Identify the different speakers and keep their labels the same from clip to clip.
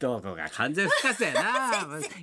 Speaker 1: 瞳子が完全復活やな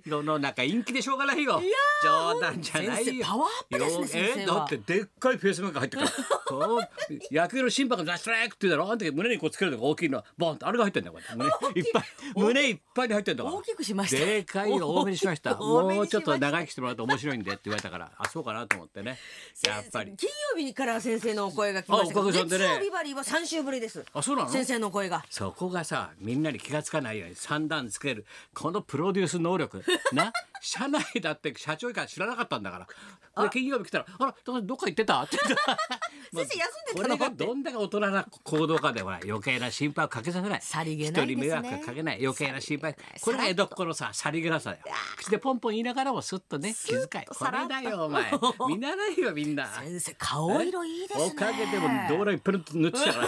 Speaker 1: 世の中陰気でしょうがないよ冗談じゃないよ
Speaker 2: 先生パワーアップですね
Speaker 1: よ
Speaker 2: 先
Speaker 1: え
Speaker 2: 生は
Speaker 1: だってでっかいフェイスマーク入ってくるこう野球の審判がザストライクって言うだろあん時胸にこうつけるのが大きいのボンってあれが入ってんだよこれ胸いっぱい胸いっぱいに入ってんだから
Speaker 2: 大きくしました
Speaker 1: でかいよ多めにしました
Speaker 2: 大きく多めにし
Speaker 1: も
Speaker 2: ました
Speaker 1: うちょっと長生きしてもらうと面白いんでって言われたからあそうかなと思ってねやっぱり
Speaker 2: 金曜日から先生のお声が来ましたけ
Speaker 1: あお
Speaker 2: ど
Speaker 1: かげさんでね
Speaker 2: 月曜日バリーは三週ぶりです
Speaker 1: あそうなの
Speaker 2: 先生の声が
Speaker 1: そこがさみんなに気がつかないように三段つけるこのプロデュース能 力な社内だって社長から知らなかったんだからで金曜日来たら「あら高橋どっか行ってた?」って言った
Speaker 2: 先生休んで
Speaker 1: こ
Speaker 2: た
Speaker 1: れ
Speaker 2: の
Speaker 1: がどんだけ大人な行動かでほら余計な心配をかけさせない
Speaker 2: さりげないですね
Speaker 1: 人に迷惑はかけない余計な心配これが江戸っ子のささりげなさだよ口でポンポン言いながらもすっとね気遣いこれだよお前 見習いよみんな。
Speaker 2: 先生顔色いいですね
Speaker 1: おかげでもドーラにプルンと塗ってきたか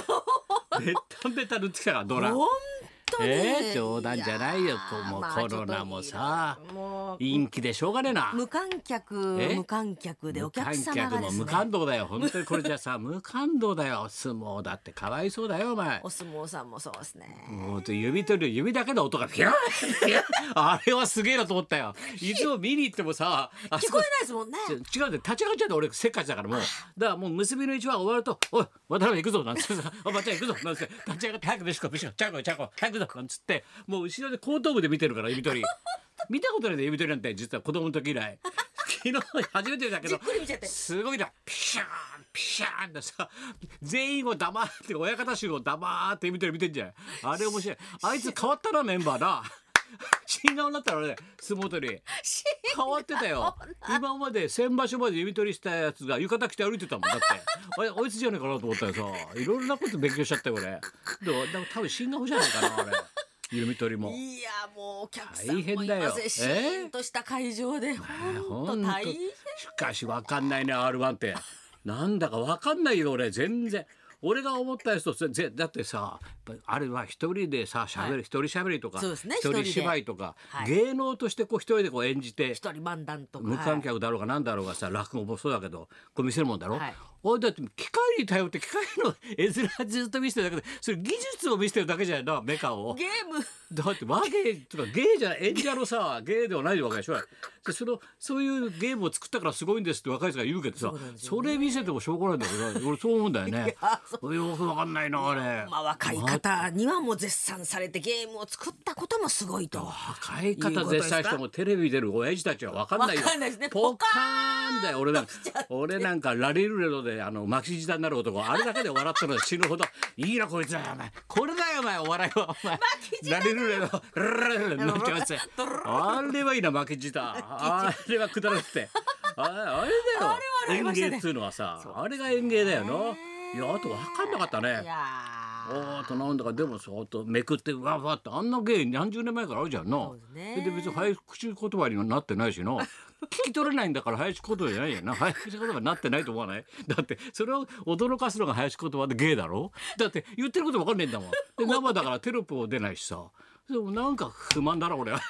Speaker 1: ら。ベタベタ塗ってきたからドーラ。
Speaker 2: 本当に、
Speaker 1: えー冗談じゃないよこうもう
Speaker 2: まあ
Speaker 1: コロナもさ
Speaker 2: ちょっといろいろもう
Speaker 1: 陰気でしょうがねえな。
Speaker 2: 無観客
Speaker 1: え
Speaker 2: 無観客でお客様が
Speaker 1: 観
Speaker 2: で
Speaker 1: 客も
Speaker 2: すね
Speaker 1: 無感動だよ本当にこれじゃさ無感動だよ相撲だってかわいそうだよお前
Speaker 2: お相撲さんもそうですね
Speaker 1: もう指取り指だけの音がピューピューあれはすげえなと思ったよいつも見に行ってもさあ
Speaker 2: 聞
Speaker 1: そ
Speaker 2: こえ
Speaker 1: こ
Speaker 2: ないですもんね
Speaker 1: 違う違うんだよ立ち上がっちゃうんだよ俺せっかちだからもうだからもう結びの一番終わると「おい渡辺行くぞ」なんつってさ「おばちゃん行くぞ」なんつって立ち上がって「早く飯食おう飯食おうちゃこいちゃこい早く行くぞ」なんつってもう後ろで後頭部で見てるから指取り見たことないで指取りなんて実は子供の時以来昨日初めてだけ
Speaker 2: じ
Speaker 1: ど
Speaker 2: っくり見ちゃって
Speaker 1: すごいなピシャーンピシャーンってさ全員を黙って親方衆を黙って見てる見てんじゃんあれ面白いあいつ変わったなメンバーな新顔になったらね相撲取り変わってたよ今まで先場所まで指取りしたやつが浴衣着て歩いてたもんだってあれあいつじゃねえかなと思ったらさいろんなこと勉強しちゃったよ俺でもでも多分新顔じゃないかなあれ指取りも。
Speaker 2: いやもうお客さん
Speaker 1: 大
Speaker 2: も
Speaker 1: 変だよ
Speaker 2: いませんシーンとした会場で本当大変
Speaker 1: しかし分かんないね R1 ってなんだか分かんないよ俺全然俺が思ったやつとぜぜだってさやっぱあれは一人でさしゃべる、一人しゃべりとか
Speaker 2: そうですね
Speaker 1: 一
Speaker 2: 一
Speaker 1: 人
Speaker 2: 人で
Speaker 1: 芝居とか、
Speaker 2: はい
Speaker 1: 芸能としてこう一人でこう演じて
Speaker 2: 一人漫談とか
Speaker 1: 無観客だろうが何だろうがさ落語もそうだけどこれ見せるもんだろ、
Speaker 2: はい
Speaker 1: おいだって機械に頼って機械の 絵面ずっと見せてるだけでそれ技術を見せてるだけじゃないなメカを
Speaker 2: ゲーム
Speaker 1: だって和芸とか芸じゃない演者の さ芸ではないわけでしょでそのそういうゲームを作ったからすごいんですって若い人が言うけどさ
Speaker 2: そう
Speaker 1: そ,、
Speaker 2: なんですよ
Speaker 1: れ見せてもしょうがないんだけど俺そう思うんだよねよくわかんないなあれ、
Speaker 2: まあ若い方にはもう絶賛されてゲームを作ったこともすごいと
Speaker 1: 若い方絶賛してもテレビ出る親父たちはわかんないよ
Speaker 2: わかんないですね
Speaker 1: ポカーンだよ俺なんか
Speaker 2: ちゃって
Speaker 1: 俺なんかラリルレロであの巻き舌になる男あれだけで笑ってるの死ぬほどいいなこいつはお前これだよお前お笑いはお前ラリルレロラリルレロ乗ってますあれはいいな巻き舌あれはくだらなくてああれだよ
Speaker 2: あれ笑い
Speaker 1: 演
Speaker 2: ましたね
Speaker 1: 芸っつうのはさあれが演芸だよのいやあとわかんなかったね
Speaker 2: いやー
Speaker 1: あーとなんだかでもそうとめくってわわってあんな芸何十年前からあるじゃんな
Speaker 2: うですね
Speaker 1: で別に早口言葉にはなってないしな聞き取れないんだから早口言葉じゃないやな 早口言葉になってないと思わないだってそれを驚かすのが早口言葉で芸だろだって言ってることわかんねえんだもんで生だからテロップも出ないしさでもなんか不満だな 俺は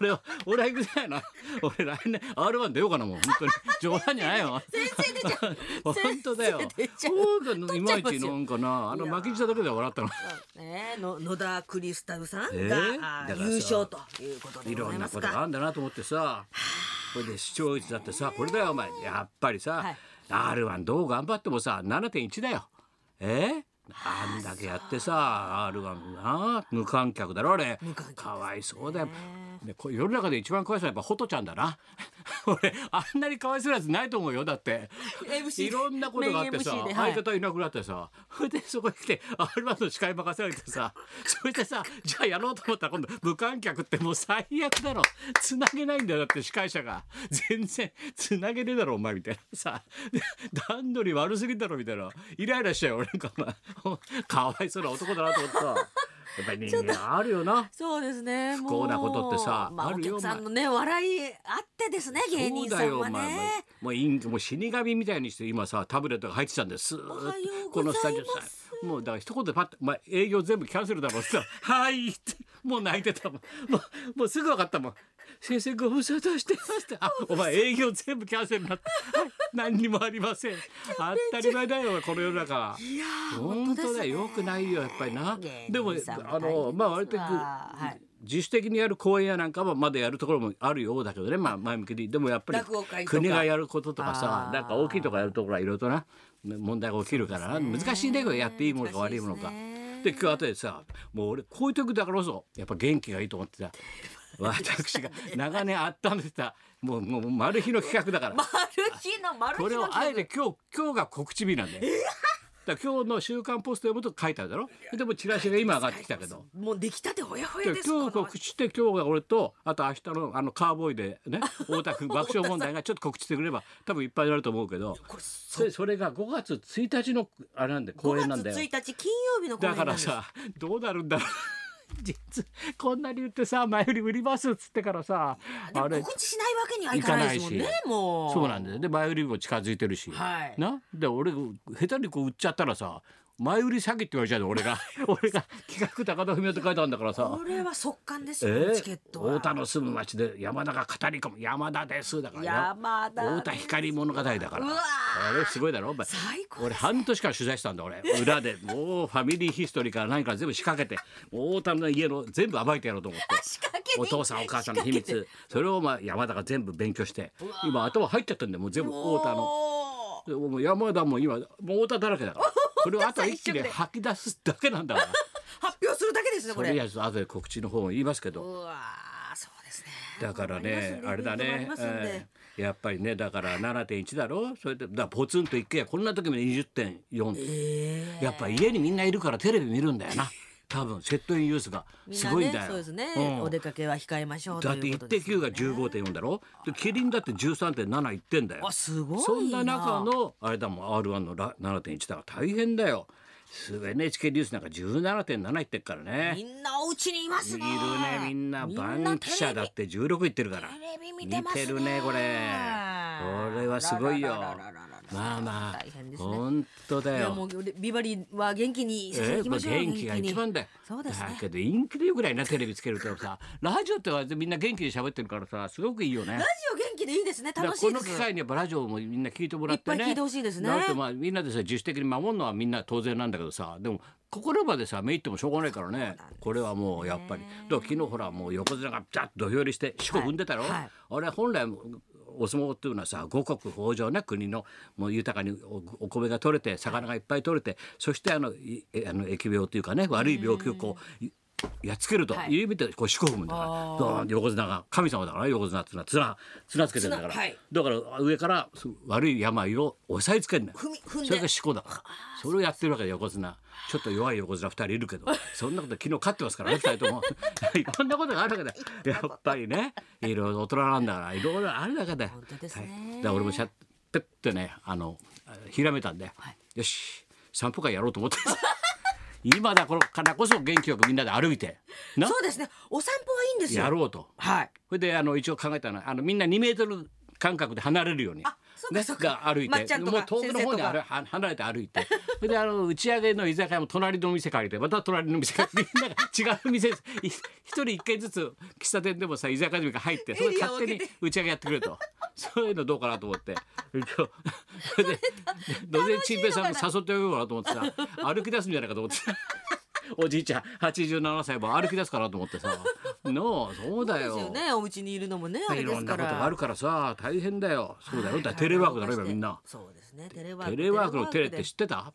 Speaker 1: 俺は俺は行くぜやな俺来年 R1 出ようかなもう本当に冗談じゃないよ
Speaker 2: 先生出ちゃう
Speaker 1: 本当だよ
Speaker 2: 先生出ちゃう
Speaker 1: なんかいまい
Speaker 2: 取っち
Speaker 1: ち
Speaker 2: ゃいますよ
Speaker 1: なんかなあの巻き舌だけで笑ったの
Speaker 2: ねえの野田クリスタルさんが、
Speaker 1: えー
Speaker 2: あー
Speaker 1: だからさ
Speaker 2: 優勝ということで
Speaker 1: い
Speaker 2: ご
Speaker 1: ろ
Speaker 2: ざい
Speaker 1: ん
Speaker 2: ま
Speaker 1: な
Speaker 2: す
Speaker 1: ことがあ
Speaker 2: か。
Speaker 1: るんだなと思ってさこれで視聴率だってさこれだよお前やっぱりさ、
Speaker 2: はい
Speaker 1: R1 どう頑張ってもさ7.1だよえあんだけやってさ R1 な無観客だろあれ
Speaker 2: 無観客ですね
Speaker 1: かわいそうだよ、ね、これ世の中で一番かわいそうなのはやっぱホトちゃんだな 俺あんなにかわいそうなやつないと思うよだって
Speaker 2: MC
Speaker 1: いろんなことがあってさ、
Speaker 2: メイン MC ではい
Speaker 1: 相方いなくなってさ それでそこに来て r 1の司会任せられて さそれでさじゃあやろうと思ったら今度無観客ってもう最悪だろつなげないんだよだって司会者が全然つなげねえだろお前みたいなさで段取り悪すぎだろみたいなイライラしちゃうよ俺なんかお前 かわいそうな男だなと思ってさやっぱり人間あるよな。
Speaker 2: そうですね。不
Speaker 1: 幸なことってさ
Speaker 2: まあ、
Speaker 1: あ
Speaker 2: お
Speaker 1: るよ
Speaker 2: 客さんのね、笑いあってですね、芸人さんは
Speaker 1: そうだよ
Speaker 2: ね。
Speaker 1: お前もうもうインもう死神みたいにして今さタブレットが入ってたんです
Speaker 2: おはよう
Speaker 1: この
Speaker 2: ございます
Speaker 1: スタジオさもうだから一言でパッと「お前営業全部キャンセルだろ」ってさ「 はい」ってもう泣いてたもんもうもうすぐ分かったもん「先生ご無沙汰してます」って「あお前営業全部キャンセルになったはい何にもありません当たり前だよこの世の中」
Speaker 2: いやー、
Speaker 1: 本当だ
Speaker 2: ですね
Speaker 1: よよくないよやっぱりな
Speaker 2: 芸
Speaker 1: でも
Speaker 2: 人さん
Speaker 1: あのまあ割と
Speaker 2: は
Speaker 1: ぐ
Speaker 2: い
Speaker 1: 自主的にやる公演やなんかはまだやるところもあるようだけどね、まあ、前向きにでもやっぱり
Speaker 2: 落語会とか
Speaker 1: 国がやることとかさ
Speaker 2: あー
Speaker 1: なんか大きいとこやるところはいろいろとな問題が起きるからな、難しいんだけどやっていいものか悪いものか。
Speaker 2: 難しいですね
Speaker 1: で今日後でさもう俺こういう時だからこそやっぱ元気がいいと思 ってた私が長年温めてたもうもうマル秘の企画だから。
Speaker 2: マルチのマル
Speaker 1: こ
Speaker 2: チ
Speaker 1: れ
Speaker 2: の
Speaker 1: をあえて今日今日が告知日なんで。だから今日の週刊ポスト読むと書いてあるだろ。でもチラシが今上がってきたけど。
Speaker 2: もう出来たてほやほや
Speaker 1: で
Speaker 2: です
Speaker 1: 今日
Speaker 2: この
Speaker 1: 告知して今日が俺とあと明日のあのカーボーイで ね太田君爆笑問題がちょっと告知してくれれば多分いっぱいになると思うけど
Speaker 2: これそ
Speaker 1: それそれが5月1日のあれなんで公演
Speaker 2: 5
Speaker 1: な
Speaker 2: 月
Speaker 1: んだよ
Speaker 2: 1日金曜日の公演
Speaker 1: だ
Speaker 2: な
Speaker 1: か
Speaker 2: ん
Speaker 1: ら
Speaker 2: です
Speaker 1: さどうなるんだろう 実こんなに言ってさ前より売りますっつってからさ
Speaker 2: でも告知しないわけにはいかないですもんね
Speaker 1: いかない
Speaker 2: もう
Speaker 1: そうなんだよで前売りも近づいてるし、
Speaker 2: はい
Speaker 1: なで俺下手にこう売っちゃったらさ前売り詐欺って言われちゃうの俺 が俺が企画高田文夫って書いてあるんだからさ
Speaker 2: これは速乾です
Speaker 1: え
Speaker 2: よ、
Speaker 1: ー
Speaker 2: チケットは
Speaker 1: 太田の住む町で山田が語り込む山田ですだからよ
Speaker 2: 山田
Speaker 1: 太田光物語だから
Speaker 2: うわ
Speaker 1: あれすごいだろお前
Speaker 2: 最高
Speaker 1: 俺半年間取材したんだ俺裏でもうファミリーヒストリーから何から全部仕掛けて太田の家の全部暴いてやろうと思 って
Speaker 2: 仕掛け
Speaker 1: お父さんお母さんの秘密それをまあ山田が全部勉強して今頭入っちゃったんだよもう全部太田の。
Speaker 2: の
Speaker 1: でもう山田も今もう太田だらけだからこれをあとは一気に
Speaker 2: 最初で
Speaker 1: 吐き出すだけなんだ から
Speaker 2: 発表するだけですね
Speaker 1: そ
Speaker 2: こ
Speaker 1: れ
Speaker 2: れ
Speaker 1: やつ後で告知の方も言いますけ
Speaker 2: う
Speaker 1: ど
Speaker 2: わーそうですね
Speaker 1: だからねあれだ
Speaker 2: イベン
Speaker 1: ね
Speaker 2: トもありますんで
Speaker 1: えーやっぱりねだから7.1だろそれでだからポツンと一軒家こんな時も20.4
Speaker 2: え
Speaker 1: やっぱ家にみんないるからテレビ見るんだよな多分セットインユースが
Speaker 2: ーみ
Speaker 1: すごいんだ
Speaker 2: なね
Speaker 1: よ
Speaker 2: そうですね、
Speaker 1: うん
Speaker 2: お出かけは控えましょう
Speaker 1: だって1.9が15.4だろでキリンだって13.7いってんだよ
Speaker 2: あすごいな
Speaker 1: そんな中のあれだもん R1 のら7.1だから大変だよ。すごい NHK ニュースなんか17.7いってっから
Speaker 2: み
Speaker 1: ね。
Speaker 2: んなお家にいま
Speaker 1: い
Speaker 2: す
Speaker 1: る
Speaker 2: ね
Speaker 1: ねみんな番記者だ
Speaker 2: っ
Speaker 1: って16いってるから
Speaker 2: テレビ見てますね
Speaker 1: るねこれこれはすごいよ
Speaker 2: あらららららら
Speaker 1: まあまあ
Speaker 2: 大変ですね
Speaker 1: 本当だ
Speaker 2: いや
Speaker 1: よ
Speaker 2: もうビバリーは元気にして
Speaker 1: え
Speaker 2: いきま
Speaker 1: ー
Speaker 2: しょうよ
Speaker 1: 元気が一番だよ
Speaker 2: そうです
Speaker 1: だ
Speaker 2: ね
Speaker 1: けど陰気でよくないなテレビつけるとさラジオってはみんな元気で喋ってるからさすごくいいよね
Speaker 2: ラジオ元気でいいですね
Speaker 1: だから
Speaker 2: 楽し
Speaker 1: こ
Speaker 2: い
Speaker 1: の
Speaker 2: で
Speaker 1: 機
Speaker 2: す
Speaker 1: 会にやっぱラジオもみんな聞いてもらってね
Speaker 2: いっぱい聞いてほしいですね
Speaker 1: なるとまあみんなでさ自主的に守るのはみんな当然なんだけどさでも心までさ目いってもしょうがないからねこれはもうやっぱりだから昨日ほらもう横綱がザッと土俵入りして四股踏んでたろ、
Speaker 2: はいはい
Speaker 1: あれ本来お相撲っていうのはさ五穀豊穣ね国のもう豊かにおお米が取れて魚がいっぱい取れてそしてあのいえあの疫病というかね悪い病気をこういやっつけるという意味でこう四股踏むんだから、ドーンと横綱が神様だから横綱っていうのは綱綱つけてるんだから、
Speaker 2: 綱はい
Speaker 1: だから上からす悪い病を押さえつけるんだよ
Speaker 2: 踏み踏んで
Speaker 1: それが四股だからそれをやってるわけだ横綱ちょっと弱い横綱2人いるけどそんなこと昨日勝ってますからね2人とも いろんなことがあるわけだやっぱりねいろいろ大人なんだからいろいろある中で
Speaker 2: 本当ですね
Speaker 1: はい、だから俺もシャッペッてねあのひらめたんで、よし散歩会やろうと思って 今だからこそ元気よくみんなで歩いてな
Speaker 2: そうですねお散歩はいいんですよ
Speaker 1: やろうと。
Speaker 2: はい
Speaker 1: それであの一応考えたのはあのみんな2メートル間隔で離れるように。
Speaker 2: そうかそうか
Speaker 1: だら歩い
Speaker 2: まってちゃんとか
Speaker 1: もう遠くの方にあ
Speaker 2: 先生と
Speaker 1: れは離れて歩いてそれであの打ち上げの居酒屋も隣の店借りてまた隣の店借りてみんなが違う店い 一人一軒ずつ喫茶店でもさ居酒屋でも入ってそれで勝手
Speaker 2: エ
Speaker 1: に
Speaker 2: リアを分け
Speaker 1: 打ち上げやってくれと そういうのどうかなと思って それでどぜちんぺいさんも誘っておこうかなと思って さ歩き出すんじゃないかと思ってさ。 おじいちゃん87歳も歩き出すかなと思って さのそうだ
Speaker 2: です
Speaker 1: よ
Speaker 2: よねお家にいるのもねあれ
Speaker 1: い
Speaker 2: で
Speaker 1: ろ
Speaker 2: す
Speaker 1: んなこ
Speaker 2: か
Speaker 1: と
Speaker 2: ら
Speaker 1: があるからさ大変だよそうだよだからテレワークだろ今みんな
Speaker 2: そうですねテレワー
Speaker 1: テ
Speaker 2: ク
Speaker 1: レワークのテレって知ってた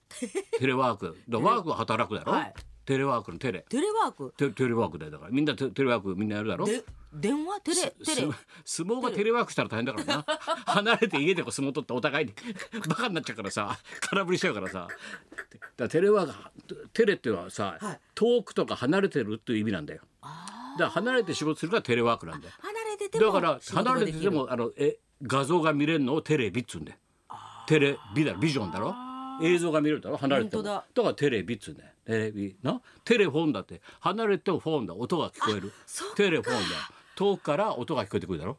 Speaker 1: テレワークだからワークは働くだろ
Speaker 2: はい
Speaker 1: テレワークのテレ
Speaker 2: テレワーク
Speaker 1: テテレワークだよだからみんなテテレワークみんなやるだろ
Speaker 2: で電話テレテレ
Speaker 1: す相撲がテレワークしたら大変だから な離れて家でこう相撲取ってお互いにバカになっちゃうからさ空振りしちゃうからさだからテレワークテレっていうのはさ、
Speaker 2: はい
Speaker 1: 遠くとか離れてるっていう意味なんだよだから離れて仕事するからテレワークなんだよ
Speaker 2: 離れてて
Speaker 1: だ
Speaker 2: も
Speaker 1: から
Speaker 2: 仕事が
Speaker 1: 離れて
Speaker 2: き
Speaker 1: て
Speaker 2: る
Speaker 1: もあのえ画像が見れるのをテレビっつうんだよテレビだろビジョンだろ映像が見れるだろ離れても
Speaker 2: 本当
Speaker 1: だ
Speaker 2: だ
Speaker 1: からテレビっつうんだよテレビなテレフォンだって離れてもフォンだ音が聞こえる
Speaker 2: そっか
Speaker 1: テレフォンだよ遠くから音が聞こえてくるだろ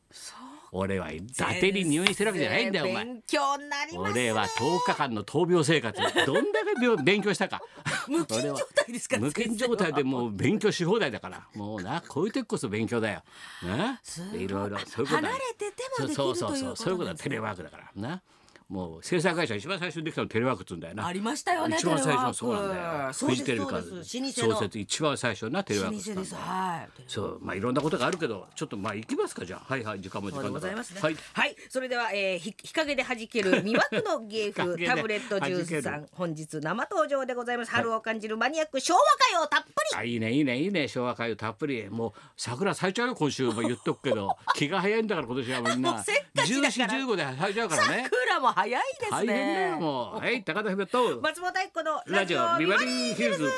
Speaker 1: 俺は伊達に入院してるわけじゃないんだよお前
Speaker 2: 勉強になります
Speaker 1: 俺は10日間の闘病生活どんだけ病勉強したか
Speaker 2: 無菌
Speaker 1: 俺は
Speaker 2: 状態ですから
Speaker 1: 無菌状態でもう勉強し放題だからもうなこういう時こそ勉強だよな
Speaker 2: すご
Speaker 1: で
Speaker 2: い
Speaker 1: いろいろそういうことだ
Speaker 2: 離れててもできるということ
Speaker 1: そうそうそうそういうこと
Speaker 2: な
Speaker 1: は
Speaker 2: んです
Speaker 1: テレワークだからなもう制裁会社一番最初にできたのテレワークっつうんだよな
Speaker 2: ありましたよね
Speaker 1: 一番最初は
Speaker 2: テ
Speaker 1: そ
Speaker 2: レ
Speaker 1: う
Speaker 2: ワ
Speaker 1: なん
Speaker 2: ーク
Speaker 1: だよ
Speaker 2: そう
Speaker 1: フ
Speaker 2: で
Speaker 1: ジ
Speaker 2: す
Speaker 1: テレビから
Speaker 2: そうです老舗の
Speaker 1: 創設一番最初なテレワークっつ
Speaker 2: 老
Speaker 1: っ
Speaker 2: 舗
Speaker 1: た
Speaker 2: で
Speaker 1: ん
Speaker 2: す
Speaker 1: だよ
Speaker 2: はい
Speaker 1: そうまあいろんなことがあるけどちょっとまあ行きますかじゃあはいはい時間も時
Speaker 2: そうで
Speaker 1: 間だ
Speaker 2: ご
Speaker 1: か
Speaker 2: ざいま
Speaker 1: ら
Speaker 2: すね。
Speaker 1: は
Speaker 2: はいい、それでは、えー、ひ日陰で弾 ける魅惑の芸
Speaker 1: 日陰
Speaker 2: 風
Speaker 1: で
Speaker 2: タブレット
Speaker 1: 弾け
Speaker 2: 13
Speaker 1: る
Speaker 2: 本日生登場でございます。春を感じるマニアック昭和歌謡たっぷり。
Speaker 1: あいいねいいねいいね昭和歌謡たっぷりもう桜咲いちゃうよ今週も言っとくけ ど気が早いんだから今年はみん
Speaker 2: も
Speaker 1: な
Speaker 2: うせっかちだから
Speaker 1: 1415で咲いちゃうからね
Speaker 2: クーラーも早いですね。
Speaker 1: 大変だよもうはい高田文夫と
Speaker 2: 松本明子の
Speaker 1: ラ
Speaker 2: ラ
Speaker 1: ジ
Speaker 2: ジ
Speaker 1: オ
Speaker 2: オ
Speaker 1: ビ
Speaker 2: ビ
Speaker 1: バ
Speaker 2: バ
Speaker 1: リ
Speaker 2: リ
Speaker 1: ーヒ
Speaker 2: ーヒ
Speaker 1: ル
Speaker 2: ル
Speaker 1: ズ
Speaker 2: ズ。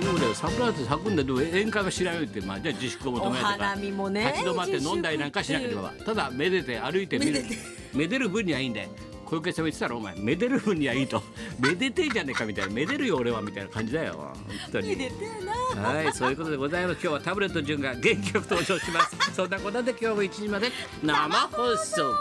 Speaker 1: そうだよ桜って咲くんだけど宴会はしないよってまあじゃあ自粛を求
Speaker 2: お
Speaker 1: めないとか
Speaker 2: 花見もね。
Speaker 1: 立ち止まって飲んだりなんかしなければただめでて歩いてみる
Speaker 2: めでて
Speaker 1: めでる分にはいいんだよ小池さんも言ってたらお前めでる分にはいいとめでてえじゃねえかみたいなめでるよ俺はみたいな感じだよ本当
Speaker 2: めで
Speaker 1: に
Speaker 2: てえな。
Speaker 1: はいそういうことでございます今日はタブレット順が元気よく登場しますそんなことで今日も1時まで生放送